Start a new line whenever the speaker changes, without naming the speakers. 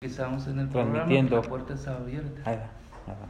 que estamos en el programa, que la
Transmitiendo.
puerta está abierta.
Ahí va, ahí va.